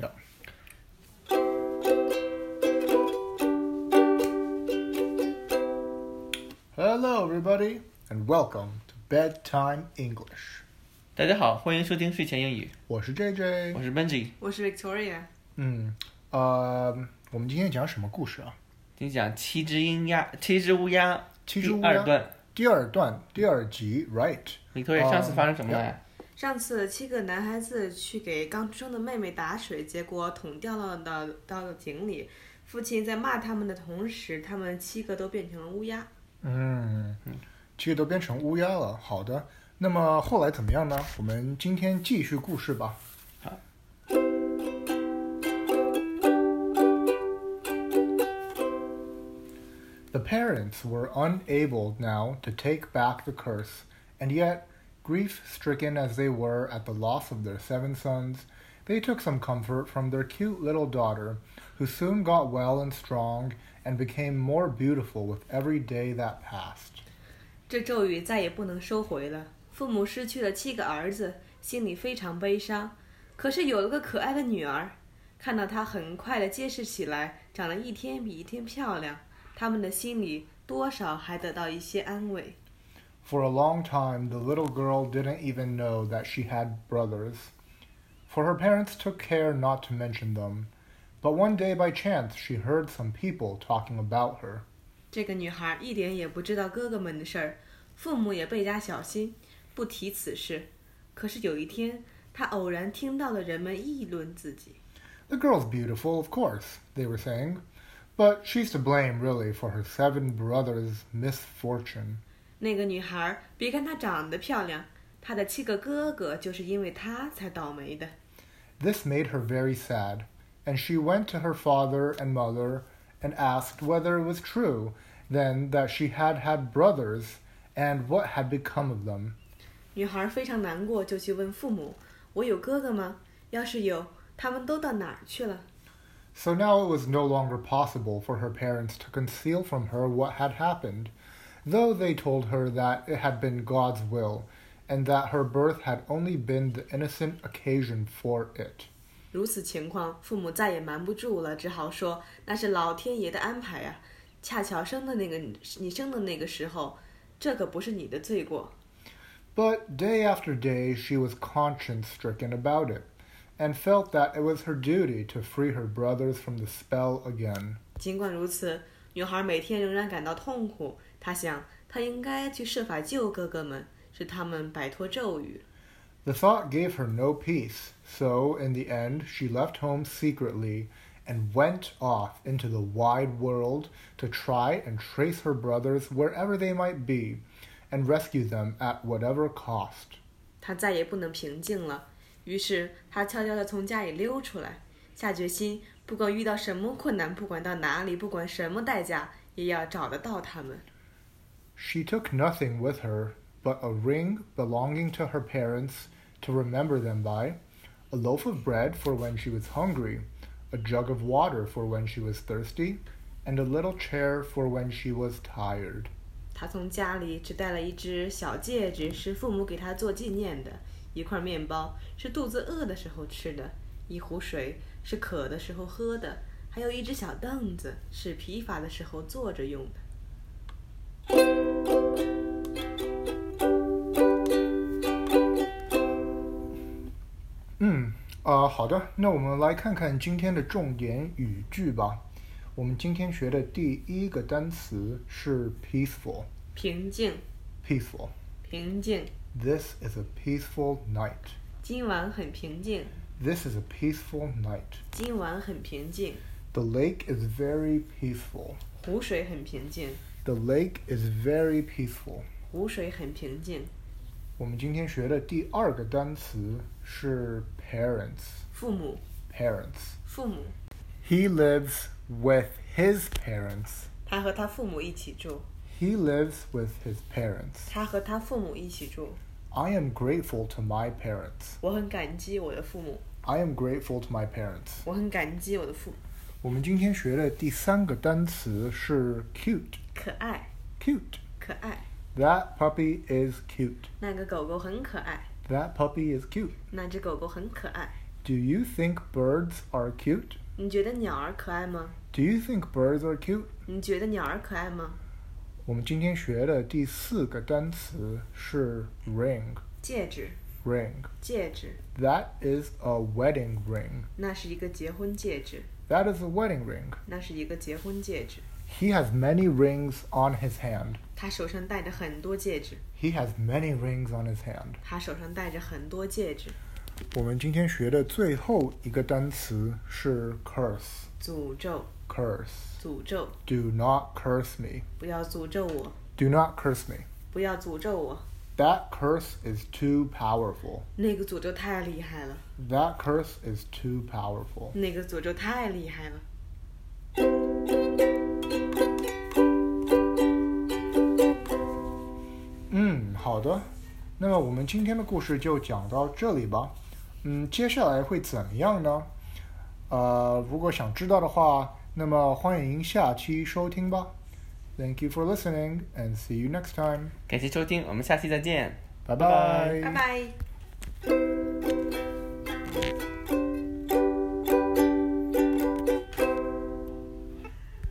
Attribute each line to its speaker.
Speaker 1: Yeah. Hello, everybody, and welcome to Bedtime English.
Speaker 2: 大家好，欢迎收听睡前英语，
Speaker 1: 我是 JJ。
Speaker 2: 我是 Benji。
Speaker 3: 我是 Victoria，
Speaker 1: 嗯，呃，我们今天讲什么故事啊？
Speaker 2: 今天讲七只鹰鸭，七只乌鸦，
Speaker 1: 七只乌
Speaker 2: 第
Speaker 1: 鸦
Speaker 2: 二段。
Speaker 1: 第二段第二集，right？
Speaker 2: Victoria，
Speaker 1: 嗯
Speaker 2: 上次发生什么了呀？
Speaker 3: 上次七个男孩子去给刚出生的妹妹打水，结果桶掉到了到了井里。父亲在骂他们的同时，他们七个都变成了乌鸦。
Speaker 1: 嗯，其实都变成乌鸦了。好的，那么后来怎么样呢？我们今天继续故事吧。
Speaker 2: 好。
Speaker 1: The parents were unable now to take back the curse, and yet, grief stricken as they were at the loss of their seven sons, they took some comfort from their cute little daughter, who soon got well and strong and became more beautiful with every day that passed.
Speaker 3: 这咒语再也不能收回了。父母失去了七个儿子，心里非常悲伤。可是有了个可爱的女儿，看到她很快的结实起来，长得一天比一天漂亮，他们的心里多少还得到一些安慰。
Speaker 1: For a long time, the little girl didn't even know that she had brothers, for her parents took care not to mention them. But one day, by chance, she heard some people talking about her.
Speaker 3: 这个女孩一点也不知道哥哥们的事儿，父母也倍加小心，不提此事。可是有一天，她偶然听到了人们议论自己，
Speaker 1: The girl's beautiful, of course, they were saying, but she's to blame, really, for her seven brothers' misfortune.
Speaker 3: 那个女孩别看她长得漂亮，她的七个哥哥就是因为她才倒霉的。
Speaker 1: This made her very sad, and she went to her father and mother and asked whether it was true, then, that she had had brothers and what had become of them.
Speaker 3: 女孩非常难过，就去问父母：“我有哥哥吗？要是有，他们都到哪儿去了
Speaker 1: So now it was no longer possible for her parents to conceal from her what had happened, though they told her that it had been God's will, and that her birth had only been the innocent occasion for it.？”
Speaker 3: 如此情况，父母再也瞒不住了，只好说：“那是老天爷的安排呀、恰巧生的那个你生的那个时候，这可不是你的罪过。”
Speaker 1: But day after day she was conscience stricken about it, and felt that it was her duty to free her brothers from the spell again.
Speaker 3: 尽管如此，女孩每天仍然感到痛苦。她想，她应该去设法救哥哥们，使他们摆脱咒语。
Speaker 1: The thought gave her no peace, so in the end she left home secretly and went off into the wide world to try and trace her brothers wherever they might be and rescue them at whatever cost.
Speaker 3: 她再也不能平静了，于是她悄悄地从家里溜出来，下决心，不管遇到什么困难，不管到哪里，不管什么代价，也要找得到他们。
Speaker 1: She took nothing with her but a ring belonging to her parents to remember them by, a loaf of bread for when she was hungry, a jug of water for when she was thirsty, and a little chair for when she was tired.
Speaker 3: 她从家里只带了一只小戒指，是父母给她做纪念的；一块面包是肚子饿的时候吃的；一壶水是渴的时候喝的；还有一只小凳子是疲乏的时候坐着用的。
Speaker 1: 嗯，呃，Hmm. Uh, 好的，那我们来看看今天的重点语句吧。我们今天学的第一个单词是 peaceful。
Speaker 3: 平静，
Speaker 1: peaceful。
Speaker 3: 平静，
Speaker 1: This is a peaceful night.
Speaker 3: 今晚很平静，
Speaker 1: This is a peaceful night.
Speaker 3: 今晚很平静，
Speaker 1: The lake is very peaceful.
Speaker 3: 湖水很平静，
Speaker 1: The lake is very peaceful.
Speaker 3: 湖水很平静。
Speaker 1: 我们今天学的第二个单词是 parents。
Speaker 3: 父母，
Speaker 1: parents。
Speaker 3: 父母，
Speaker 1: He lives with his parents.
Speaker 3: 他和他父母一起住，
Speaker 1: He lives with his parents.
Speaker 3: 他和他父母一起住。
Speaker 1: I am grateful to my parents.
Speaker 3: 我很感激我的父母，
Speaker 1: I am grateful to my parents.
Speaker 3: 我很感激我的父母。
Speaker 1: 我们今天学的第三个单词是 cute。
Speaker 3: 可爱，
Speaker 1: Cute.
Speaker 3: 可爱，
Speaker 1: That puppy is cute.
Speaker 3: 那个狗狗很可爱，
Speaker 1: That puppy is cute.
Speaker 3: 那只狗狗很可爱。
Speaker 1: Do you think birds are cute?
Speaker 3: 你觉得鸟儿可爱吗？
Speaker 1: Do you think birds are cute?
Speaker 3: 你觉得鸟儿可爱吗？
Speaker 1: 我们今天学的第四个单词是 ring
Speaker 3: 戒指，
Speaker 1: ring。
Speaker 3: 戒指，
Speaker 1: That is a wedding ring.
Speaker 3: 那是一个结婚戒指，
Speaker 1: That is a wedding ring.
Speaker 3: 那是一个结婚戒指。
Speaker 1: He has many rings on his hand.
Speaker 3: 他手上戴着很多戒指，
Speaker 1: He has many rings on his hand.
Speaker 3: 他手上戴着很多戒指。
Speaker 1: 我们今天学的最后一个单词是 curse
Speaker 3: 诅咒，
Speaker 1: curse。
Speaker 3: 诅咒，
Speaker 1: Do not curse me.
Speaker 3: 不要诅咒我，
Speaker 1: Do not curse me.
Speaker 3: 不要诅咒我。
Speaker 1: That curse is too powerful.
Speaker 3: 那个诅咒太厉害了，
Speaker 1: That curse is too powerful.
Speaker 3: 那个诅咒太厉害了。
Speaker 1: 嗯，好的。那么我们今天的故事就讲到这里吧。嗯，接下来会怎么样呢？呃，如果想知道的话，那么欢迎下期收听吧。Thank you for listening and see you next time.
Speaker 2: 感谢收听，我们下期再见。
Speaker 1: 拜
Speaker 2: 拜拜
Speaker 3: 拜拜。